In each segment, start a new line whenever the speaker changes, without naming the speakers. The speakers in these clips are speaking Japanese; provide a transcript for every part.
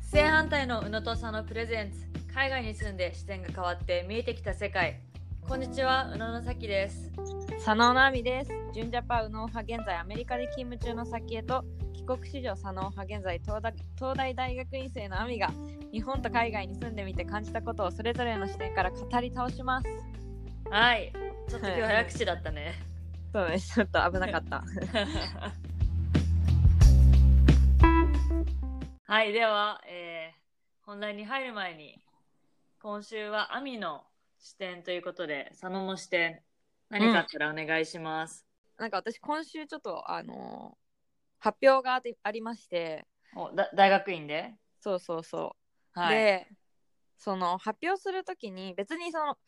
生の宇野とさのプレゼンツ海外に住んで視点が変わって見えてきた世界こんにちは宇野のさきです
佐野直美です。純ジャパウノウ派現在アメリカで勤務中の先へと帰国子女佐野派現在東大東大大学院生の亜美が日本と海外に住んでみて感じたことをそれぞれの視点から語り倒します。
はいちょっと今日早口だったね
そうです。ちょっと危なかった。
はいでは、えー本題に入る前に今週はアミの視点ということで佐野の視点何かあったらお願いします、
なんか私今週ちょっとあのー発表があってありまして、
おだ大学院で
そうそうそう。
はい
でその発表するときに別にその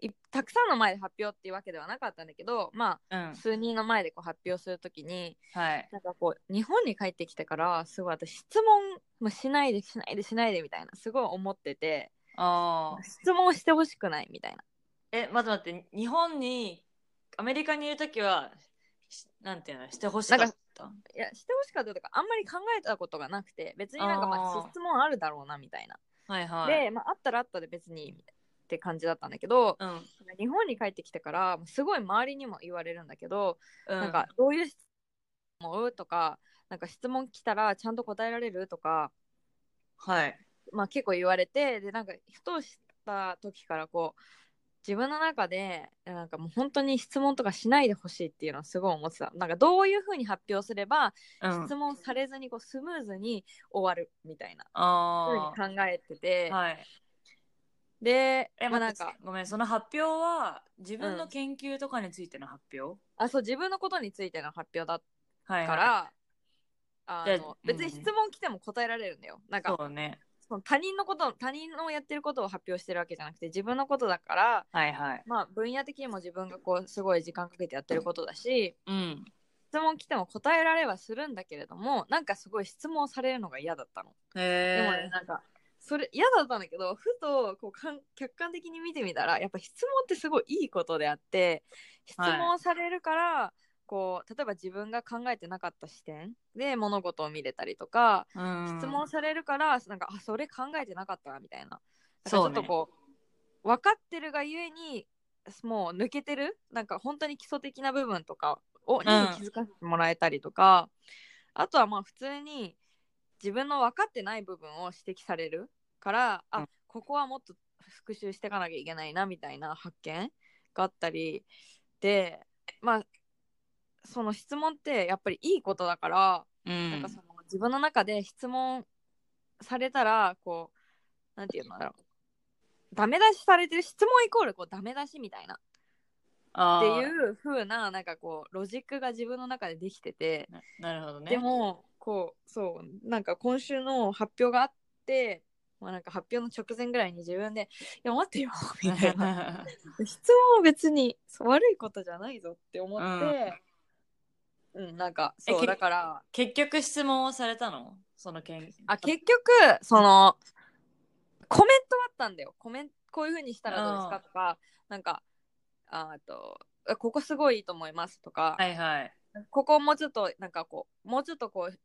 いたくさんの前で発表っていうわけではなかったんだけどま
うん
あ数人の前でこう発表するときに
はい
なんかこう日本に帰ってきてからすごい私質問もしないでしないでしないでみたいなすごい思ってて
あー
質問してほしくないみたいな
えまず待って日本にアメリカにいる時はしなんていうのしてほしか
なん
っ
か
た
いやしてほしかったとかあんまり考えたことがなくて別になんかま
あ
あ
ー
質問あるだろうなみたいな
はいはい
で、まあ、あったらあったで別にって感じだったんだけど
うん
日本に帰ってきてからすごい周りにも言われるんだけど
うん
なんかどういう質問思うとかなんか質問来たらちゃんと答えられるとか、
はい
まあ、結構言われてでなんかふとした時からこう自分の中でなんかもう本当に質問とかしないでほしいっていうのをすごい思ってたなんかどういうふうに発表すれば
うん
質問されずにこうスムーズに終わるみたいな風に
あ
考えてて、
あはい
で
え、
ま
ま
あ
あ、な
なんんか
かごめんその発表は自分
う
の
ん
研究とかについての発表、
あそう自分のことについての発表だっ
はい
た
は
か
い
ら、あ
じゃあ
の別
うん
に質問来ても答えられるんだよなんか
そうね
その他人のこと他人のやってることを発表してるわけじゃなくて自分のことだから、
はいはい
まあ、分野的にも自分がこうすごい時間かけてやってることだし
うん
質問来ても答えられはするんだけれどもなんかすごい質問されるのが嫌だったの。でもね
へえ
なんかそれ嫌だったんだけどふとこうかん客観的に見てみたらやっぱ質問ってすごいいいことであって質問されるから、こう例えば自分が考えてなかった視点で物事を見れたりとか、
うん
質問されるから、なんかあそれ考えてなかったなみたいなだからち
そ
ょ
う
っ
ね
とこう分かってるがゆえにもう抜けてるなんか本当に基礎的な部分とかをに気づかせてもらえたりとか、あとはまあ普通に自分の分かってない部分を指摘されるから、
う
あ
ん
ここはもっと復習していかなきゃいけないなみたいな発見があったりでまあその質問ってやっぱりいいことだから
うん
なんかその自分の中で質問されたらこうなんていうんだろうダメ出しされてる質問イコールこうダメ出しみたいな
あ
って
ー
いう風ななんかこうロジックが自分の中でできてて、
ななるほどね
でもこうそうなんか今週の発表があって、まあ、なんか発表の直前ぐらいに自分で「いや待ってよ」 みた いな質問は別に悪いことじゃないぞって思って、うんなんか
え
そう
け
だから。
結局質問をされたのその研
あ結局そのコメントあったんだよコメンこういうふうにしたらどうですかとかなんかああとあここすごいいいと思いますとか、
はいはい
ここもうちょっとなんかこうもうちょっとこう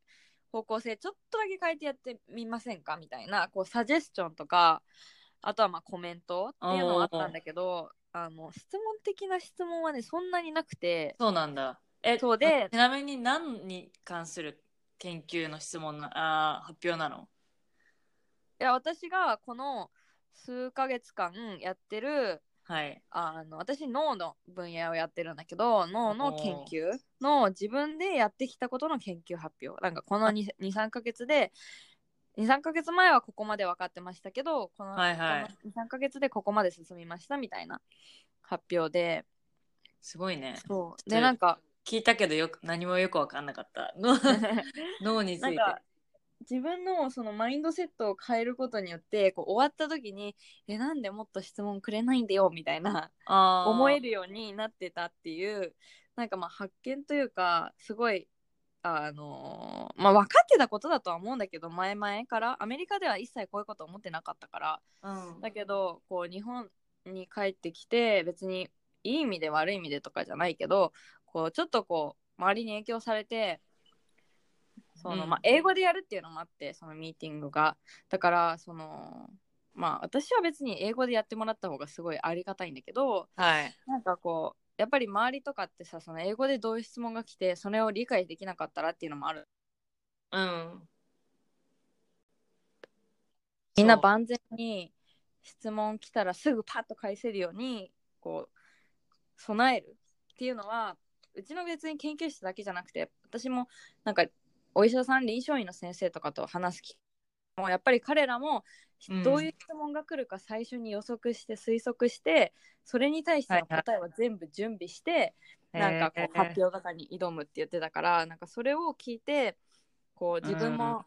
方向性ちょっとだけ変えてやってみませんかみたいなこうサジェスチョンとかあとはまあコメントっていうのはあったんだけどあの質問的な質問はねそんなになくて
そうなんだえ
そうで
ちなみに何に関する研究の質問なあー発表なの
いや私がこの数ヶ月間やってる
はい
あの私脳の分野をやってるんだけど脳の研究の自分でやってきたことの研究発表なんかこの23ヶ月で23ヶ月前はここまで分かってましたけどこの,、
はいはい
23ヶ月でここまで進みましたみたいな発表です
ごいね
そう
そ
で
う
なんか
聞いたけどよく何もよく分かん なかった の脳につい
なん
て
か自分のそのマインドセットを変えることによってこう終わった時に「えなんでもっと質問くれないんだよ」みたいな
あー
思えるようになってたっていうなんかまあ発見というかすごいあのーまあ分かってたことだとは思うんだけど前々からアメリカでは一切こういうこと思ってなかったから
うん
だけどこう日本に帰ってきて別にいい意味で悪い意味でとかじゃないけどこうちょっとこう周りに影響されてその、
うん
まあ、英語でやるっていうのもあってそのミーティングがだからそのまあ私は別に英語でやってもらった方がすごいありがたいんだけど
はい。
なんかこうやっぱり周りとかってさその英語でどういう質問が来てそれを理解できなかったらっていうのもある
うん。
みんな万全に質問来たらすぐパッと返せるようにこう備えるっていうのはうちの別に研究室だけじゃなくて私もなんかお医者さん臨床医の先生とかと話す機会もやっぱり彼らも
うん
どういう質問が来るか最初に予測して推測してそれに対しての答えは全部準備して、
そう
なんかこう発
えー
表とかに挑むって言ってたから、なんかそれを聞いてこう自分も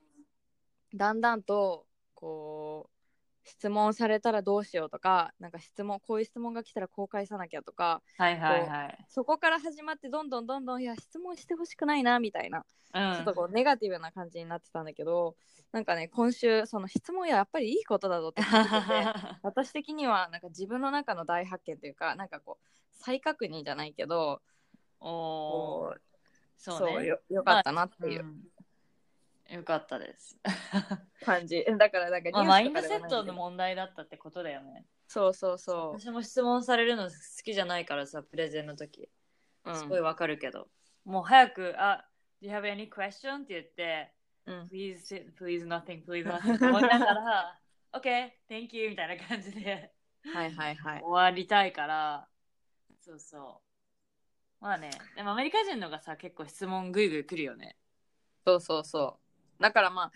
だんだんとこう質問されたらどうしようとかなんか質問こういう質問が来たらこう返さなきゃとか
はいはいはい。
そこから始まってどんどんどんどんいや質問してほしくないなみたいな、ちょっと
う
こうネガティブな感じになってたんだけどなんかね今週その質問ややっぱりいいことだぞって気づ けて私的にはなんか自分の中の大発見というかなんかこう再確認じゃないけど
ん。 お
こ
ー
う
そう
そう,、
ね。
よよかったなっていう
うんよかったです。
感じ、だからなんかニュー
ま
スとか
あ、マインドセッ
で
ト
はないんだけど
の問題だったってことだよね。
そうそうそ
私も質問されるの好きじゃないからさ、プレゼンの時。
う、うん、
すごいわかるけど。もう早く、あ、Do you have any question? って言って、
うん
Please, please nothing, please nothing って思いながら、OK, thank you みたいな感じで
はいはいはい
終わりたいから、そうそう。まあね、でもアメリカ人のがさ、結構質問ぐいぐい来るよね。
そうそうそうだからま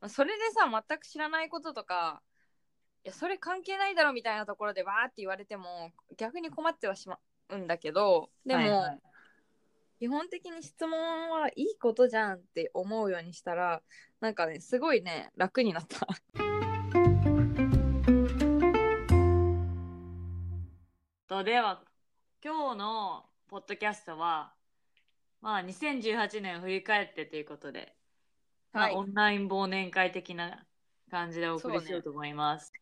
あそれでさ全く知らないこととかいやそれ関係ないだろみたいなところでわーって言われても逆に困ってはしまうんだけどでも、
はいはい
基本的に質問はいいことじゃんって思うようにしたらなんかねすごいね楽になった
とでは今日のポッドキャストは、まあ、2018年を振り返ってということで、まあ
はい
オンライン忘年会的な感じでお送りしようと思います。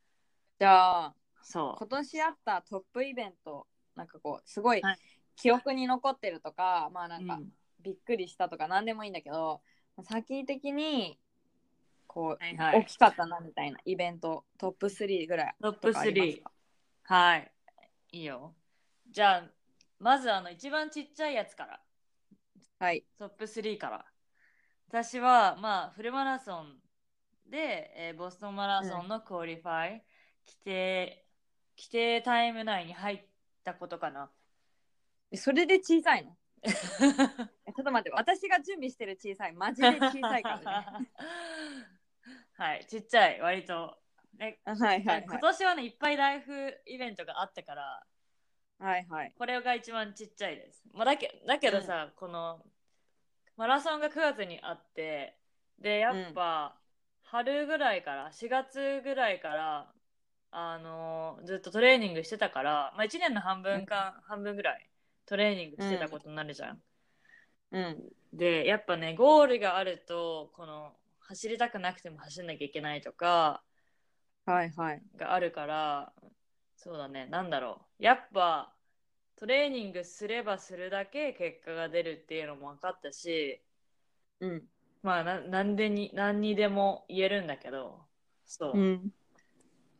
じゃあ
そう,、
今年あったトップイベントなんかこうすごい
はい
記憶に残ってるとか、まあなんか
うん
びっくりしたとか何でもいいんだけど、先的にこう、
はいはい
大きかったなみたいなイベントトップ3ぐらい
トップ
とかあります
3
か
はいいいよじゃあまずあの一番ちっちゃいやつから
はい
トップ3から私はまあフルマラソンで、えーボストンマラソンのクオリファイ、規定規定タイム内に入ったことかな
えそれで小さいの えちょっと待って私が準備してる小さいマジで小さ いからね
はいちっちゃい割と、ね
あはいはいは
今
い
年はねいっぱいライフイベントがあったから
はいはい
これが一番ちっちゃいです、まあ、だけだけどさ、このマラソンが9月にあってでやっぱ、春ぐらいから4月ぐらいからあのーずっとトレーニングしてたから、まあ、1年の半分か、半分ぐらいトレーニングしてたことになるじゃん、
うん
でやっぱねゴールがあるとこの走りたくなくても走んなきゃいけないとか
はいはい
があるからそうだねなんだろうやっぱトレーニングすればするだけ結果が出るっていうのも分かったし
うん
まあな何でに何にでも言えるんだけどそう、
うん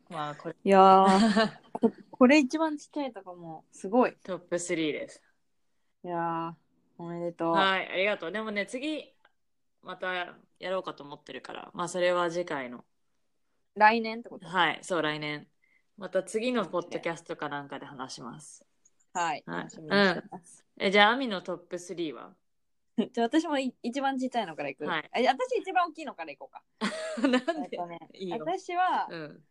まあこれ
いやーこれ一番ちっちゃいとかもすごい
トップ3です
いやーおめでとう
はいありがとうでもね次またやろうかと思ってるからまあそれは次回の
来年ってこと
はい、そう、来年。また次のポッドキャストかなんかで話します。
はい
はい
楽しみにしてます、
えじゃあ、アミのトップ3は
じゃあ私もい一番ちっちゃいのからいく、
はい
え私一番大きいのからいこうか
なん
え
で
っとね
いいよ。
私は、
うん。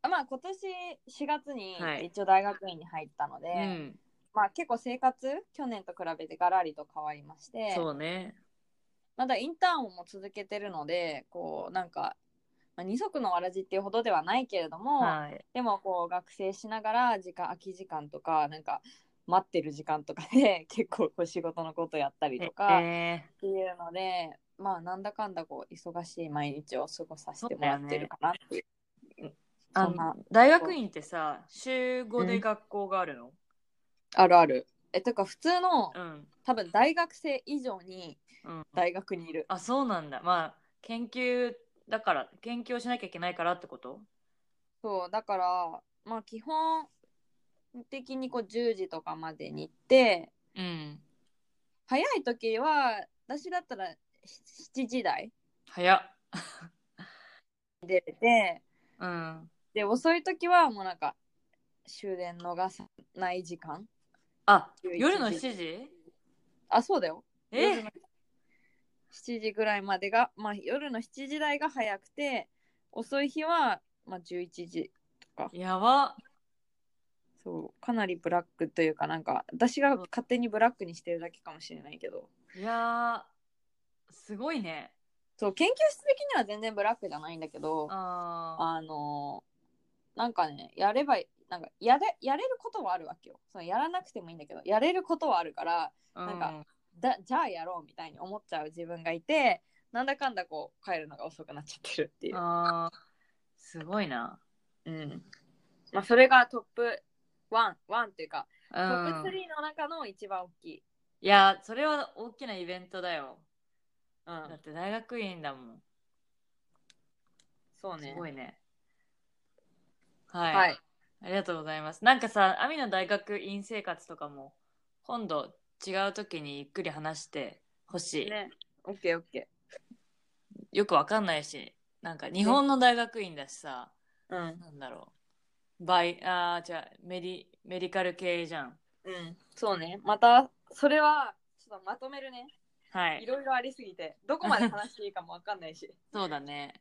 あまあ今年4月に
はい
一応大学院に入ったので、
うん。
まあ結構生活去年と比べてガラリと変わりまして
そうね。
まだインターンをも続けてるのでこうなんか、まあ、二足のわらじっていうほどではないけれども、
はい。
でもこう学生しながら時間空き時間とかなんか待ってる時間とかで 結構こう仕事のことやったりとかっ
え
ていうので、まあなんだかんだこう忙しい毎日を過ごさせてもらってるかなっていう。
ーあ
そんな
の大学院ってさ、週5で学校があるの、
あるある。えとか普通の
うん。
多分大学生以上に
うん。
大学にいる
あ、そうなんだ。まあ、研究だから、研究をしなきゃいけないからってこと
そうだからまあ基本的にこう10時とかまでに行って
うん。
早い時は私だったら7時台
早っ。
出て
うん。
で遅い時はもうなんか終電逃さない時間
あ、
11時
夜の7時
あそうだよ夜
え
の7時ぐらいまでが、まあ、夜の7時台が早くて遅い日は、まあ、11時
やば。
そうかなりブラックというかなんか私が勝手にブラックにしてるだけかもしれないけど
いやー、すごいね。
そう研究室的には全然ブラックじゃないんだけど
あ
あのーなんかねやればなんかやれやれることはあるわけよそのやらなくてもいいんだけどやれることはあるから
ー、
なんかだじゃあやろうみたいに思っちゃう自分がいてなんだかんだこう帰るのが遅くなっちゃってるっていう
うん、あーすごいな。
うんまあ、それがトップ1、1というか、
う
トッ
ん
プ3。の中の一番大きい。
いやー、それは大きなイベントだよ。
う
だっ
ん、
て大学院だもん。
そう
す
ね。
ごいね。はい。
はい。
ありがとうございます。なんかさ、アミの大学院生活とかも、今度違う時にゆっくり話してほしい。
ね。オッケーオッケ
よくわかんないし、なんか日本の大学院だしさ、
ー。うん。
なんだろう。バイ、あー、じゃあメディ、メディカル系じゃん。
うん。そうね。また、それは、ちょっとまとめるね。
はいい。
ろいろありすぎて、どこまで話していいかもわかんないし。
そうだね。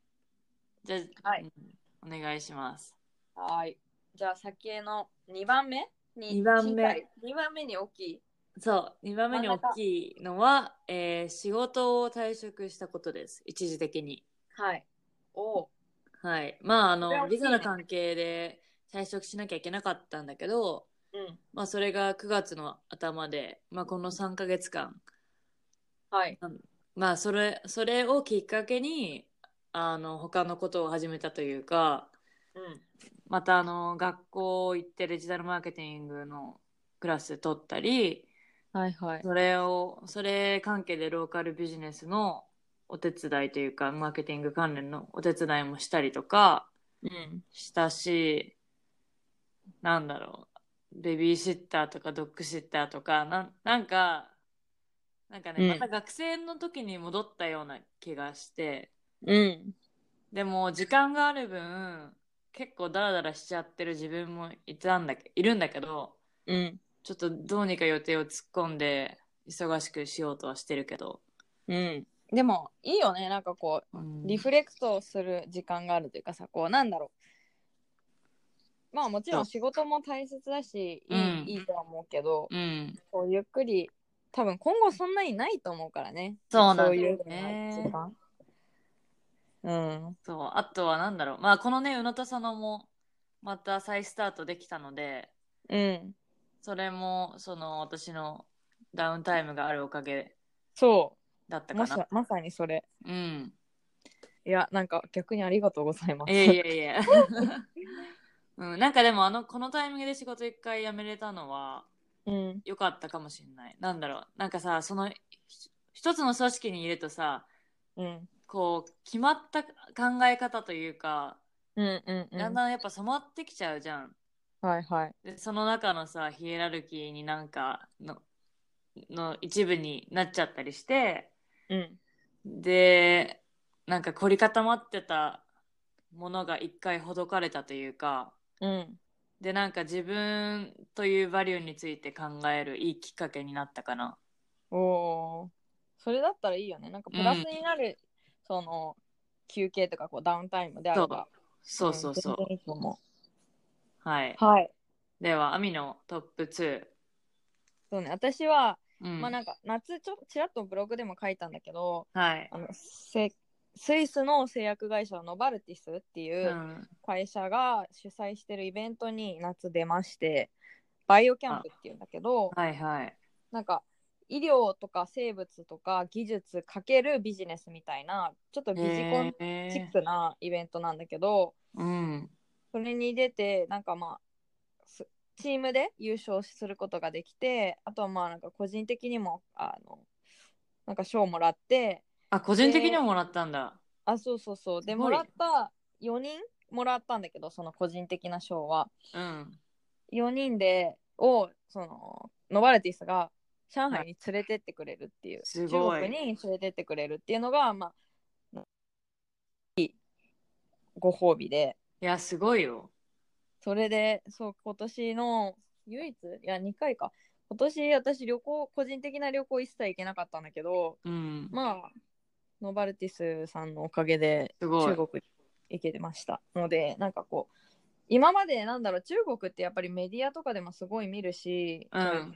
じゃあ、
はい
うんお願いします。
はーい。じゃあ、先への2番目に
二番目。
2番目に大きい。
そう、2番目に大きいのは、えー仕事を退職したことです。一時的に。
はい。おう。
はい。まあ、あ
それは
の、
大き
ビ
いね
ザの関係で退職しなきゃいけなかったんだけど、
うん。
まあ、それが9月の頭で、まあ、この3ヶ月間、
はい。
まあ、それ、それをきっかけに、あの、他のことを始めたというか、
うん。
またあの、学校行ってデジタルマーケティングのクラス取ったり、
はいはい。
それを、それ関係でローカルビジネスのお手伝いというか、マーケティング関連のお手伝いもしたりとか
うん。
したし、なんだろう、ベビーシッターとかドッグシッターとか、なんなんか、なんかね、
うん
また学生の時に戻ったような気がして、
うん。
でも時間がある分、結構ダラダラしちゃってる自分もいたんだけ、いるんだけど、
うん。
ちょっとどうにか予定を突っ込んで、忙しくしようとはしてるけど、
うん。でも、いいよね。なんかこう、
うん
リフレクトする時間があるというかさこうなんだろうまあもちろん仕事も大切だしいい,、
うん
いいとは思うけど
うん、
こうゆっくり多分今後そんなにないと思うからね
そうなんだ
い
よ
う時
ね。
間うん
そう、あとはなんだろう。まあ、このね、宇野田佐野も、また再スタートできたので、
うん
それも、その、私のダウンタイムがあるおかげ
そ
だった
う
か
まさ
な。
まさにそれ
うん。
いやなんか逆にありがとうございます
いやいやいや。 うん、なんかでも、あの、このタイミングで仕事一回辞めれたのは、
うん
良かったかもしれない。なんだろう。なんかさ、その、ひ一つの組織にいるとさ、
うん
こう、決まった考え方というか、
うんうんう
だん
ん
だんやっぱ染まってきちゃうじゃん。
はいはい
でその中のさヒエラルキーになんかのの一部になっちゃったりして
うん
でなんか凝り固まってたものが一回ほどかれたというか
うん
でなんか自分というバリューについて考えるいいきっかけになったかな。
おおそれだったらいいよねなんかプラスになる、その休憩とかこうダウンタイムであれば
そうそうそう。
ん全然いいと思
はい。
うはい
では、アミのトップ2。
そうね私は、
うん。
まあなんか夏ちょちらっとブログでも書いたんだけど
はい。。
あのせスイスの製薬会社ノバルティスっていううん会社が主催してるイベントに夏出ましてバイオキャンプっていうんだけど
はいはい。
なんか医療とか生物とか技術かけるビジネスみたいなちょっとビジコン
え
チックなイベントなんだけど、
うん。
それに出てなんかまあすチームで優勝することができてあとはまあなんか個人的にもあのなんか賞もらって
あ、個人的にももらったんだ。
あそうそうそうです
ご
も
い
らった4人もらったんだけどその個人的な賞は
うん。
4人でをそのノバレティスが上海に連れてってくれるっていう、
す
中
ごい
国に連れてってくれるっていうのがまあいいご褒美で
いや、すごいよ。
それでそう今年の唯一いや2回か今年私旅行個人的な旅行一切行けなかったんだけど
うん。
まあノバルティスさんのおかげです
ごい。
中国に行けてましたのでなんかこう今までなんだろう中国ってやっぱりメディアとかでもすごい見るし、
うん。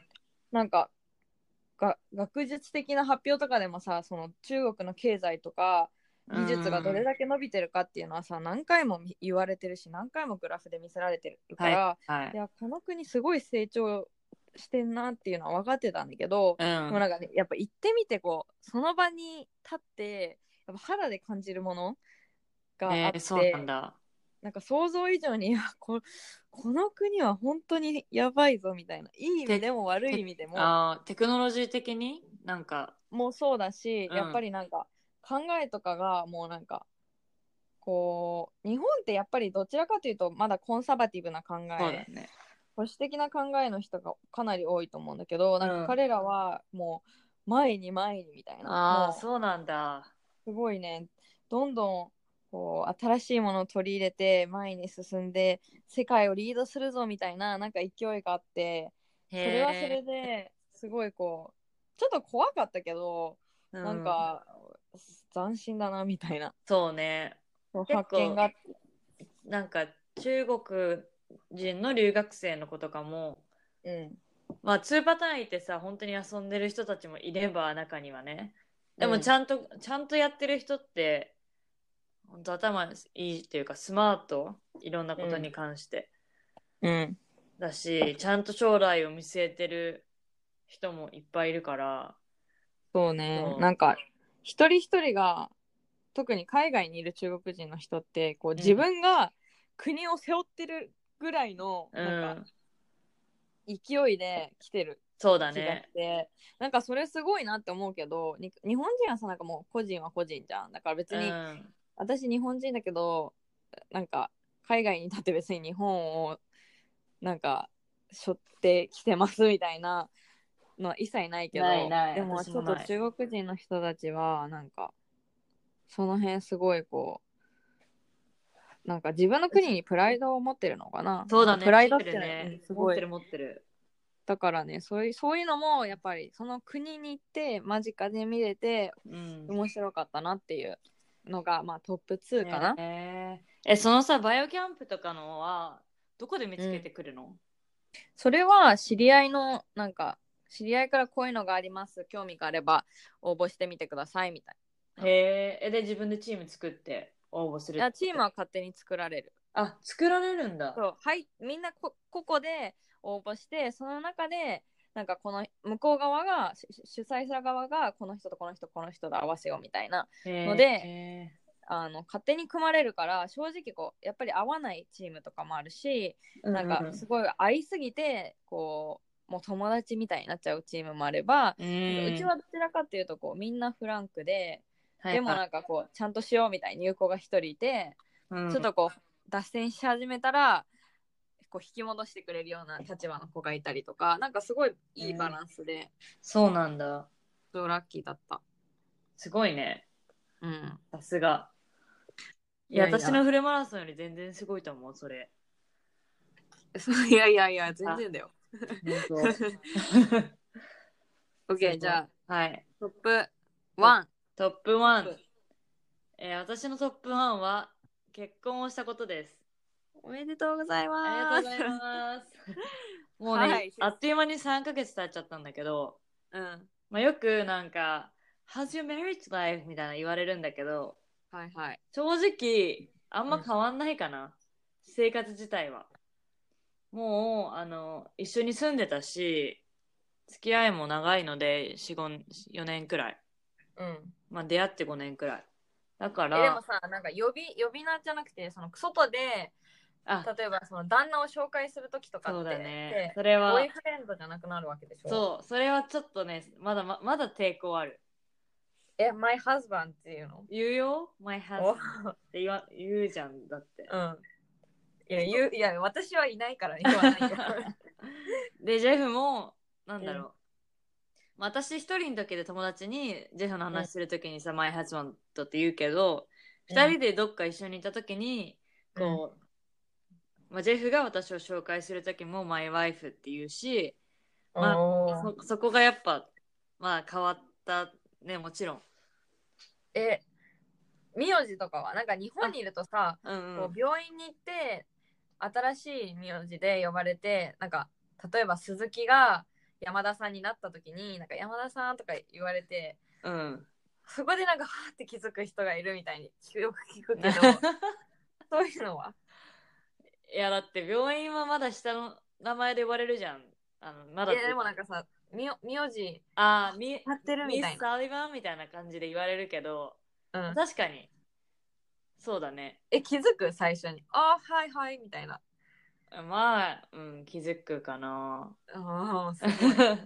なんかが学術的な発表とかでもさその中国の経済とか技術がどれだけ伸びてるかっていうのはさ、何回もみ言われてるし何回もグラフで見せられてるから、、
はいい。
やこの国すごい成長してんなっていうのは分かってたんだけど、
う
でも
ん。
なんかねやっぱ行ってみてこうその場に立ってやっぱ肌で感じるものがあっ
え
て、
ー、そうなんだ。
なんか想像以上にいやここの国は本当にやばいぞみたいないい意味でも悪い意味でも
あーテクノロジー的になんか、
もうそうだし、
うん
やっぱりなんか考えとかがもうなんかこう日本ってやっぱりどちらかというとまだコンサバティブな考
そうだ
え
ね。
保守的な考えの人がかなり多いと思うんだけど、なん
うん
か彼らはもう前に前にみたいな
ああ、
もう
そうなんだ。
すごいねどんどんこう新しいものを取り入れて前に進んで世界をリードするぞみたいななんか勢いがあってそ
へ
れはそれ
え。
ですごいこうちょっと怖かったけど
う
なん、か、斬新だなみたいな
そうね。構
発見があって
なんか、中国人の留学生の子とかも、
うん
まあ、2パターンいてさ、本当に遊んでる人たちもいれば、中にはね。で
う
も、
ん
ちゃんと、ちゃんとやってる人って、本当頭いいっていうか、スマート、いろんなことに関して。
うん
だし、ちゃんと将来を見据えてる人もいっぱいいるから、
そうね
そう
なんか一人一人が特に海外にいる中国人の人ってこう
うん
自分が国を背負ってるぐらいの
う
なんか
ん、
勢いで来てる
そうだ
気がし
ね。
て、なんかそれすごいなって思うけどに日本人はさなんかもう個人は個人じゃんだから別
う
に、
ん、
私日本人だけどなんか海外に立って別に日本をなんか背負ってきてますみたいなのは一切ないけど
ないない
でも
私
ちょ
も
っ
ない
と中国人の人たちはなんかその辺すごいこうなんか自分の国にプライドを持ってるのかな
そうだね。
プライドっ
持
て
って
ね
るね
うん。す
持
ご
っ
い
てる持ってる。
だからねそういうそういうのもやっぱりその国に行って間近で見れて
うん。
面白かったなっていうのがまあトップ2かな、
へええ、そのさ、バイオキャンプとかのは、どこで見つけてくるの、
それは知り合いのなんか知り合いからこういうのがあります興味があれば応募してみてくださいみたいうん
へえ、で、自分でチーム作って応募する。
ないやチームは勝手に作られる
あ、作られるんだ。
そうはいみんなこ個々で応募してその中でなんかこの向こう側がし主催者側がこの人とこの人この人と合わせようみたいな
へえ
ので
へ
あの勝手に組まれるから正直こうやっぱり合わないチームとかもあるし
え
なん
う
か
う
すごい合いすぎてこうもう友達みたいになっちゃうチームもあれば
う、
うんちはどちらかっていうとこうみんなフランクで、
はいはい、
でもなんかこうちゃんとしようみたいに入校が一人いて、
うん
ちょっとこう脱線し始めたらこう引き戻してくれるような立場の子がいたりとかなんかすごいいいバランスで、
そうなんだ。
そうラッキーだった。
すごいね。
うん、
さすが。いや、
いやいや
私のフルマラソンより全然すごいと思う、それ。
いやいやいや全然だよ。
本
OK じゃあ
当。 はい。
トップ1。
トップ
トッ
1
プ。
えー私のトップ1は、結婚をしたことです。
おめでとうござい
あ
ま
り
す。
がとうござい ます。もうね、
はい
あっという間に3ヶ月経っちゃったんだけど、
うん。
まあ、よくなんか、How's your marriage life? みたいな言われるんだけど、
はいはい。
正直あんま変わんないかな、生活自体はもうあの一緒に住んでたし付き合いも長いので4年くらい、
うん。
まあ、出会って5年くらいだか
えでも
ら
さなんか呼び呼び名じゃなくてその外で
あ
例えばその旦那を紹介する時とかって
そうだね
で
それ
ボ
は
ーイフレンドじゃなくなるわけでしょ
そうそれはちょっとねまだままだ抵抗ある
え、マイハズバンっていうの
言うよ My husband って言わ言うじゃんだって
うん。いや、言う、いや、私はいないから言わ ないよ。
でジェフもなんだろう、まあ私一人の時で友達にジェフの話する時にさ「マイハズバンド」って言うけど
うん
二人でどっか一緒にいた時にこう、まあ、ジェフが私を紹介する時も「マイワイフ」って言うしまあ
お
そ
ー
そこがやっぱまあ変わったねもちろん。
え、名字とかはなんか日本にいるとさ、
うんう
こ
ん
う病院に行って、新しい名字で呼ばれて、なんか、例えば鈴木が山田さんになった時に、なんか山田さんとか言われて、
うん、
そこでなんか、はーって気づく人がいるみたいによく聞くけど、そういうのはい
やだって病院はまだ下の名前で呼ばれるじゃん。あのまだ
いや、でもなんかさ、名名字
ああみ
やってるみ
ミ
たい
ス・
な。
サリバンみたいな感じで言われるけど、
うん
確かにそうだね
え、気づく最初に。あー、はいはい、みたいな。
まあ、うん、気づくかな
ああ、す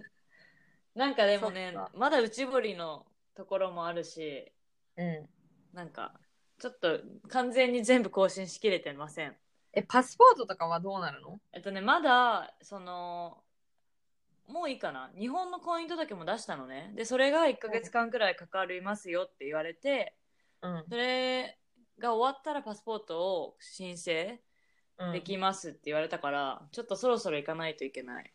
なんかでもね
そっか
まだ内堀のところもあるし
うん。
なんかちょっと完全に全部更新しきれてません
え、パスポートとかはどうなるの
えっとねまだそのもういいかな日本の婚姻届も出したのねでそれが1ヶ月間くらいかかりますよって言われて
うん。
それが終わったらパスポートを申請できますって言われたから、ちょっとそろそろ行かないといけない。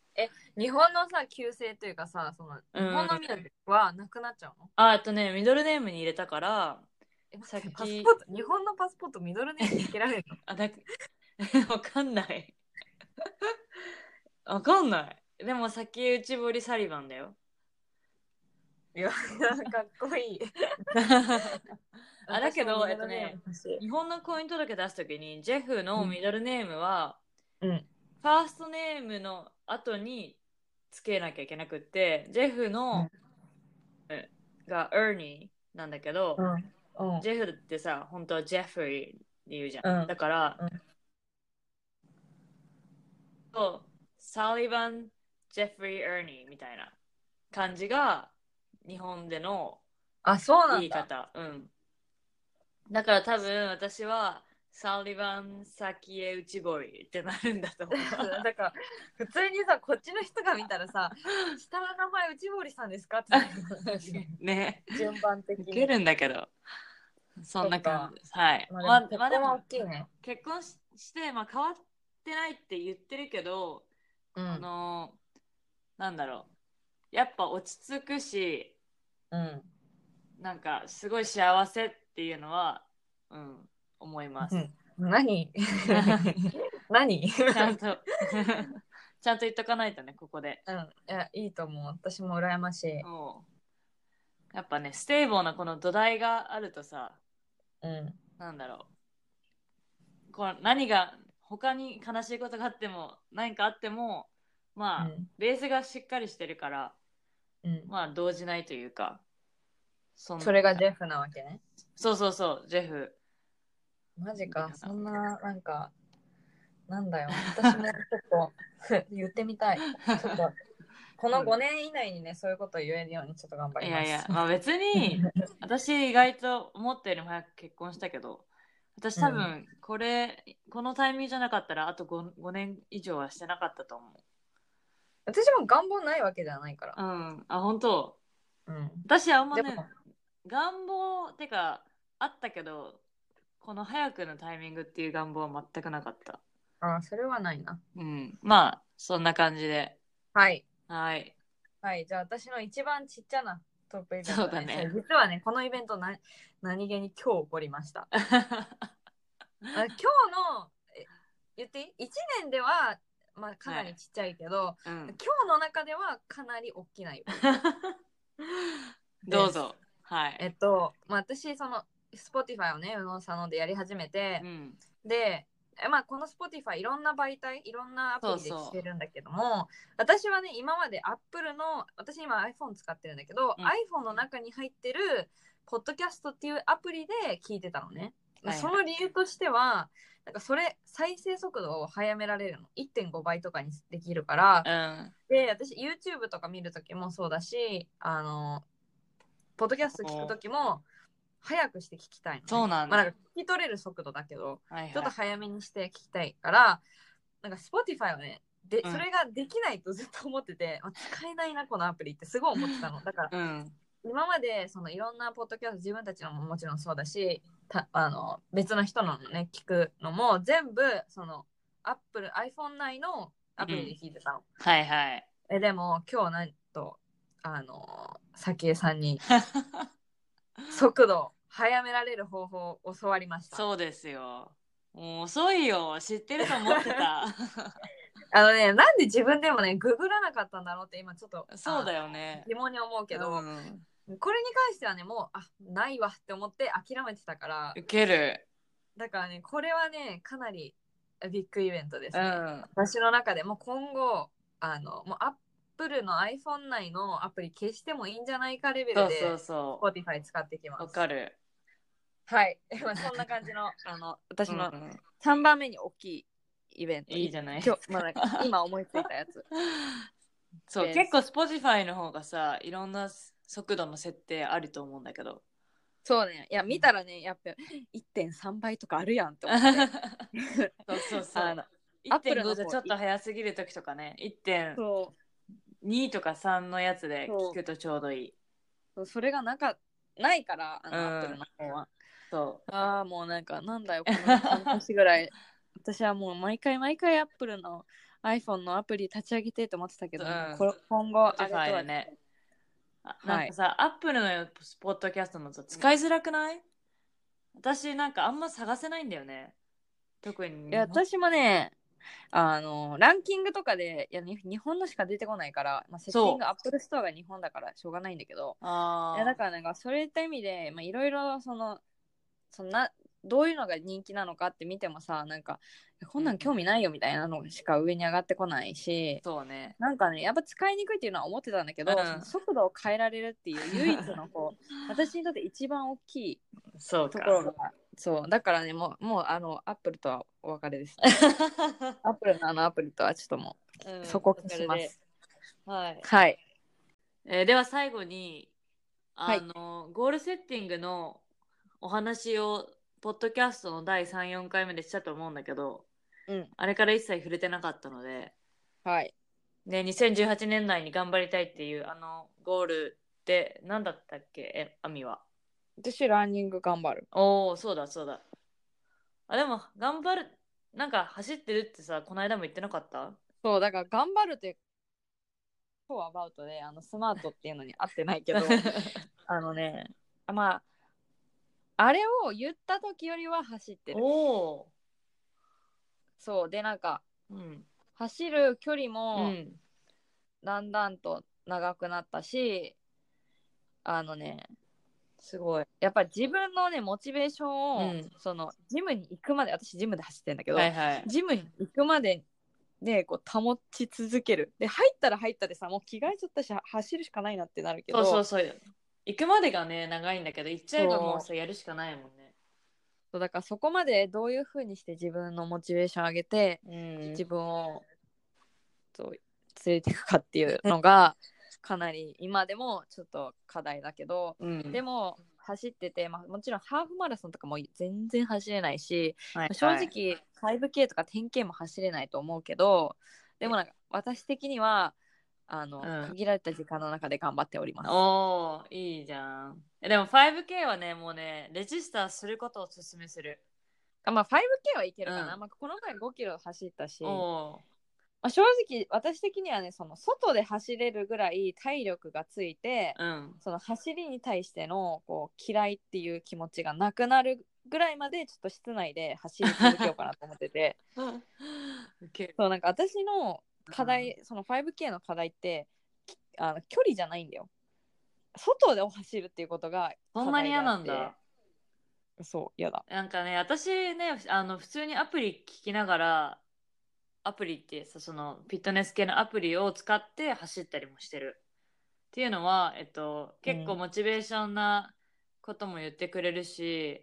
日本のさ、旧姓というかさ、その、日
うん
本の名字はなくなっちゃうの、
あ、えっとね、ミドルネームに入れたから、
え、待っ
さ
て
っき
パスポート、日本のパスポートミドルネームにつけられ るの
あ、だわかんない。 わかんない。でも先内堀サリバンだ よ。
いや、 かっこいい。
あだけど
私もミドルネーム欲しい
日本の婚姻届出すときに、ジェフのミドルネームは、
うん。
ファーストネームの後につけなきゃいけなくって、ジェフの、えがエーニーなんだけど、
うん。
ジェフってさ、本当はジェフリーって言うじゃん。
うん
だから、
う
そうサリバン、ジェフリー、エーニーみたいな感じが日本での
あ、そうな
言
ん
い
だ。
方。うん。だから多分私は、サリバン、サキエ、ウチボリってなるんだ と思う。
だから、普通にさ、こっちの人が見たら さ、下の名前、内堀さんですかってなる
ね。
順番的
受け
に。
るんだけど。そんな感じです。はい。
まあでも、
まあ
ここは大きいね。
結婚しして、まあ、変わってないって言ってるけど、
う
あ
ん。
のなんだろうやっぱ落ち着くし
うん。
なんかすごい幸せっていうのは、うん、思います、
何 何
ちゃんと ちゃんと言っとかないとねここで
うん、いや、いいと思う。私も羨ましい。
もうやっぱねステーボーなこの土台があるとさ
うん。
なんだろうこう何が他に悲しいことがあっても何かあってもまあ、ベースがしっかりしてるから
うん。
まあ動じないというかそん
それがジェフなわけね。
そうそうそうジェフ
マジ
いい
か。
かな
そんな、なんか、なんだよ。私もちょっと言ってみたい。ちょっと、この5年以内にね、そういうことを言えるようにちょっと頑張り
い
ま
やい
す。
や、まあ別に、私意外と思ったよりも早く結婚したけど、私多
う
分、これ、このタイミングじゃなかったら、あと 5, 5年以上はしてなかったと思う。
私も願望ないわけじゃないから
う。ん。あ、本当
うん。
私あんま
で
ね
も、
願望ってか、あったけど、この早くのタイミングっていう願望は全くなかった。
あそれはないな。
うん。まあ、そんな感じで。
はい。
はい。
はい。じゃあ、私の一番ちっちゃなトップイベント、
そうだね
実はね、このイベントな、何気に今日起こりま した。あ今日のえ言っていい1年では、まあ、かなりちっちゃいけど、
うん。
今日の中ではかなり大きなよ
どうぞ。はい。
えっと、まあ、私その Spotify をね右脳左脳でやり始めて
う、ん。
でえまあ、この Spotify いろんな媒体いろんなアプリで
そうそう
聞けるんだけども私はね今まで Apple の私今 iPhone 使ってるんだけど、
うん
iPhone の中に入ってるポッドキャストっていうアプリで聞いてたのね
はいはい
その理由としてはなんかそれ再生速度を早められるの1.5倍とかにできるから
うん。
で私 YouTube とか見る時もそうだしあのポッドキャスト聞く時も早くして聞きたいのね、
そうなんだ
まあ、なんか聞き取れる速度だけど
はいはい。
ちょっと早めにして聞きたいから、なんか Spotify はね、で、
うん
それができないとずっと思って て、あ使えないな、このアプリってすごい思ってたの。だから、
うん。
今まで、そのいろんなポッドキャスト、自分たちのももちろんそうだし、たあの別の人のね、聞くのも、全部、その、Apple、iPhone 内のアプリで聞いてたの。
はい はい。
え、でも、今日なんと、あの、さきえさんに、速度を早められる方法を教わりました。
そうですよ。もう遅いよ。知ってると思ってた。
あのね、なんで自分でもね、ググらなかったんだろうって今ちょっと、
そうだ
よ。
よね。
疑問に思うけど、
うん
これに関してはね、もう、あ、ないわって思って諦めてたから、
ウケる。
だからね、これはね、かなりビッグイベントです
う
ね。
ん。
私の中でもう今後、あの、もう Apple の iPhone 内のアプリ消してもいいんじゃないかレベ
そ
ル
うそう
で、
そ
Spotify 使っていきま
う。わ
す。
かる。
はい。 まあそんな感じの、あの、私の
うん
3番目に大きいイベント。
いいじゃない
今日、まあなんか今思いついた やつ。
そう
です
結構 Spotify の方がさいろんな速度の設定あると思うんだけど
そうね。いや、見たらね、やっぱ1.3倍とかあるやんと
そ
思
う
って。
そうそ
あ
う
のアップルの
1.5
方
じゃちょっと早すぎる時とかね1.2
そう
とか3のやつで聞くとちょうどいい
そう。それがなんか、ないから、あの、
うん
アップルの方は。
そう
ああ、もうなんか、なんだ よ、この半年ぐらい。私はもう毎回毎回アップルの iPhone のアプリ立ち上げてと思ってたけど、
うん
これ今後、あれと
Spotify
は
はねあ
はい
なんかさ、アップルのポッドキャストのさ使いづらくない、私なんかあんま探せないんだよね特に
いや、私もね、あの、ランキングとかで、いや、に日本のしか出てこないから、まあ、セッティング、アップルストアが日本だからしょうがないんだけど、
あ
い
あ
やだからなんかそういった意味でまあいろいろそのそんなどういうのが人気なのかって見てもさなんかこんなん興味ないよみたいなのしか上に上がってこないし
そうね
なんかねやっぱ使いにくいっていうのは思ってたんだけど、
うん
その速度を変えられるっていう唯一のこ う私にとって一番大きい
そう
と
か
ころ がそうだからねもうもうあのアップルとはお別れ ですアップルのあのアプリとはちょっともうそこ消します、
はい、
はい
えーでは最後に
は
あ
い
の、ゴールセッティングのお話をポッドキャストの第34回目でしたと思うんだけど
うん
あれから一切触れてなかったので、
はい
ね、2018年内に頑張りたいっていうあのゴールって何だったっけえアミは。
私ランニング頑張る
おおそうだそうだ。あでも頑張るなんか走ってるってさこの間も言ってなかった
そうだから頑張るってフォアバウトであのスマートっていうのに合ってないけど あのねまああれを言った時よりは走ってる
おお
そうでなんか
ー。うん。
走る距離
う
も
ん。
だんだんと長くなったし、あのねすごいやっぱり自分のねモチベーションを、
うん
そのジムに行くまで私ジムで走ってんだけど、
はいはい。
ジムに行くまででこう保ち続けるで入ったら入ったでさもう着替えちゃったしは走るしかないなってなるけ
そ
ど
うそうそう。行くまでがね、長いんだけど、行っちゃえばもうさ、やるしかないもんね。
そうだからそこまでどういうふうにして自分のモチベーション上げて、
うん
自分をそう連れていくかっていうの がかなり今でもちょっと課題だけど
うん、
でも走ってて、まあ、もちろんハーフマラソンとかも全然走れないし、
はいはい
正、直 5K とか 10K も走れないと思うけどでもなんか私的にはあの、
うん
限られた時間の中で頑張っております。
おー、いいじゃん。えでも 5K はね、もうね、レジスターすることをおすすめする。
あまあ 5K はいけるかな、
うん
まあ、この前5キロ走ったし、ま
おー
あ、正直私的にはねその外で走れるぐらい体力がついて、
うん。
その走りに対してのこう嫌いっていう気持ちがなくなるぐらいまでちょっと室内で走り続けようかなと思っ てて
ウケる
そうなんか私の課題、その 5K の課題ってきあの距離じゃないんだよ外で走るっていうことが
そんなに嫌なん
課題であっ
だ。
てそう嫌だ
なんかね、私ね、あの普通にアプリ聞きながら、アプリってさ、そのフィットネス系のアプリを使って走ったりもしてる。っていうのは、えっと、結構
うん
モチベーションなことも言ってくれるし、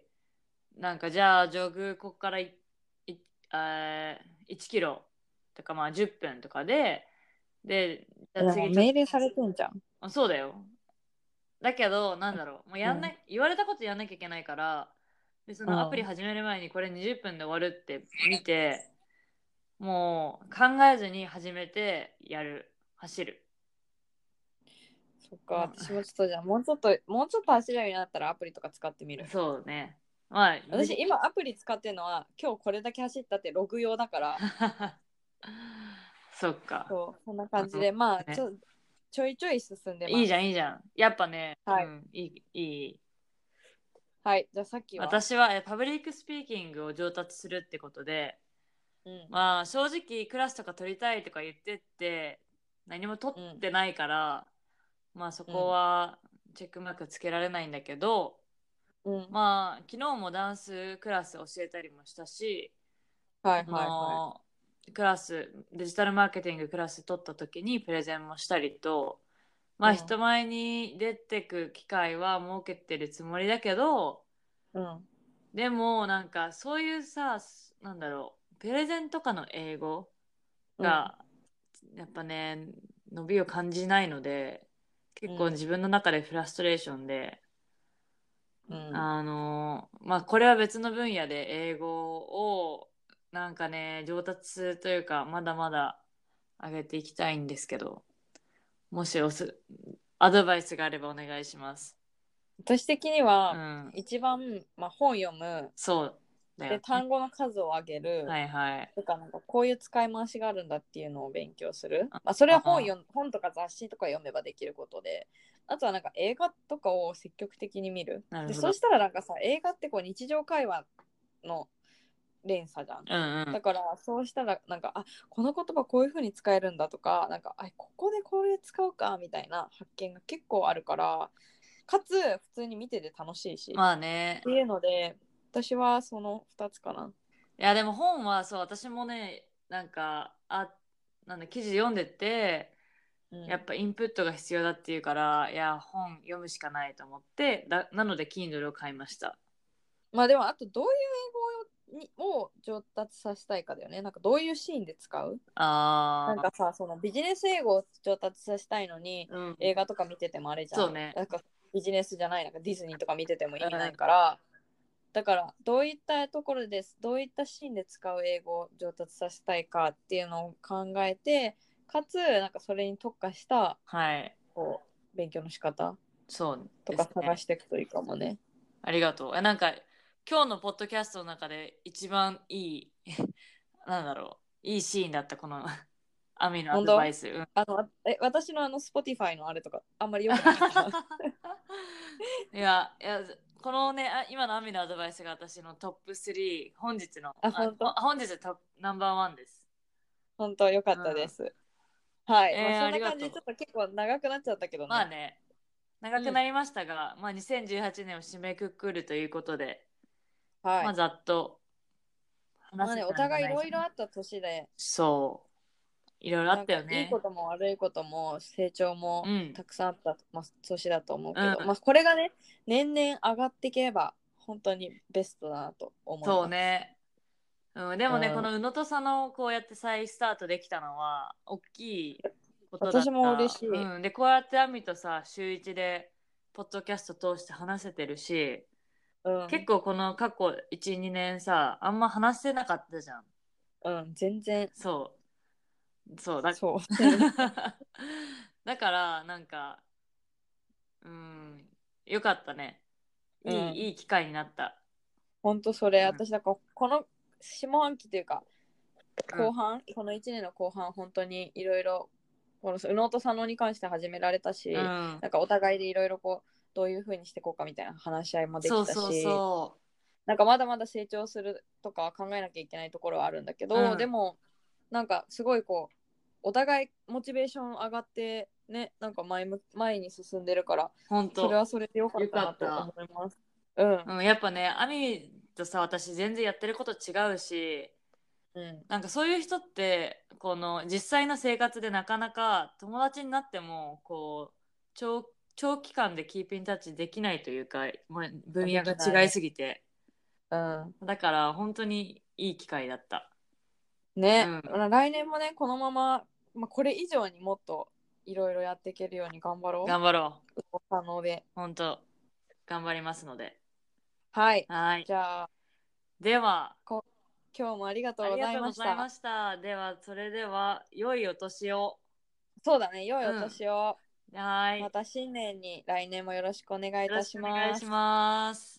なんかじゃあジョグここからいいえー1キロとかまあ10分とかででじゃあ次ちょ
命令されてんじゃん。
あそうだよだけどなんだろうもうやんな、
う
言われたことやんなきゃいけないからでそうの
ん
アプリ始める前にこれ20分で終わるって見てもう考えずに始めてやる走る
そっか、私もちょっとじゃあもうちょっともうちょっと走れるようになったらアプリとか使ってみる。
そうねまあ
私今アプリ使ってるのは今日これだけ走ったってログ用だから
そっか
そうそんな感じでまあ
ね
ちょちょいちょい進んでます。
いいじゃんいいじゃんやっぱね、
はい
うん、いいいい
はいじゃあさっきは。
私はえパブリックスピーキングを上達するってことで
うん
まあ正直クラスとか取りたいとか言ってって何も取ってないから、まあそこはチェックマークつけられないんだけど、
うん
まあ昨日もダンスクラス教えたりもしたし、
はいはい
あ
は
のクラスデジタルマーケティングクラス取った時にプレゼンもしたりとまあ
うん
人前に出てく機会は設けてるつもりだけど、
い。うん
でもなんかそういうさすなんだろうプレゼンとかの英語が、やっぱね伸びを感じないので結
う
構
ん
自分の中でフラストレーションで、
うん
あのまあこれは別の分野で英語をなんかね上達というかまだまだ上げていきたいんですけどもしおすアドバイスがあればお願いします。
私的に
う
は、
ん、
一番、まあ、本読む
そうだよ
で
ね、
単語の数を上げる、
はいはい。
とかなんかこういう使い回しがあるんだっていうのを勉強する、まあ、それは本よ本とか雑誌とか読めばできることであとはなんか映画とかを積極的に見る
なるほ
で
ど
そうしたらなんかさ映画ってこう日常会話の連鎖じゃん。
うんうん
だからそうしたらなんかあこの言葉こういうふうに使えるんだとかなんかあここでこれ使うかみたいな発見が結構あるからかつ普通に見てて楽しいし、
まあね
っていうので私はその2つかな。
いやでも本はそう私もねなんかあなんだ記事読んでて
うん
やっぱインプットが必要だっていうからいや本読むしかないと思ってだなので Kindle を買いました
まあでもあとどういう英語にを上達させたいかだよねなんかどういうシーンで使うな
あ
ん
ー
かさそのビジネス英語を上達させたいのに
うん
映画とか見ててもあれじゃん
そうね
なんかビジネスじゃないなんかディズニーとか見てても意味ないから、だからどういったところですどういったシーンで使う英語を上達させたいかっていうのを考えてかつなんかそれに特化した
はい
こう勉強の仕方
そう
と
です
か
ね
探していくといいかもね。
ありがとうえなんか今日のポッドキャストの中で一番い いなんだろういいシーンだったこの アミのアドバイス、うん、
あのえ私のあの Spotify のあれとかあんまりよくなかった。
いやいやこのねあ今のアミのアドバイスが私のトップ3本日の
あ本当
ほ本日トップナンバーワンです
本当良かったです。はい、
えー
まあ、
あ
そ
り
んな
がと
感
う
じでちょっと結構長くなっちゃったけどね。
まあね長くなりましたが、まあ、2018年を締めくくるということで、
はい。
まあざっと
ま
話
あ
せ
ね、
た
お
んじゃな
互
い
いいろいろあった年で、
そういろいろあったよ
なんかいい
ね
ことも悪いことも成長も
うん
たくさんあった、まあ、年だと思うけど、
うん
まあこれがね、年々上がっていけば本当にベストだなと思います。
そう。ね、うん、でもね、
うん
この宇野と佐野をこうやって再スタートできたのは大きいことだった
私も嬉しい
うん、でこうやってアミとさ週一でポッドキャスト通して話せてるし、
うん、
結構この過去12年さあんま話せなかったじゃん
うん、全然。
そうそうだ
そう。
だからなんかうんよかったねいい,、
うん
いい機会になった
本当それ、
うん
私だからこの下半期というか
うん
後半、この1年の後半本当にいろいろこの宇野と佐野に関して始められたし、
うん
なんかお互いでいろいろこうどういうふうにしていこうかみたいな話し合いもでき
そ
た
う
し
そうそう
なんかまだまだ成長するとかは考えなきゃいけないところはあるんだけど、
うん
でもなんかすごいこうお互いモチベーション上がってねなんか前む前に進んでるから
本当
それはそれでよかったなと思います。うん、
うん、やっぱねアミとさ私全然やってること違うし
うん
なんかそういう人ってこの実際の生活でなかなか友達になってもこう長長期間でキープインタッチできないというかもう分野が違いすぎて
うん。
だから本当にいい機会だった。
ね、
う
来年もね、このまま、まあ、これ以上にもっといろいろやっていけるように頑張ろ
頑張ろう。
う。可能で。
本当頑張りますので。
はい。
はい。
じゃあ、
では、
今日もありがと
あ
うご
りが
ざ
と
いうま
ご
し
ざい
た。
ました。では、それでは、良いお年を。
そうだね、良いお年を。
はい。
また新年に来年もよろしくお願いい
よろ
た
し
し
くお願
ま
い
す
し。ます。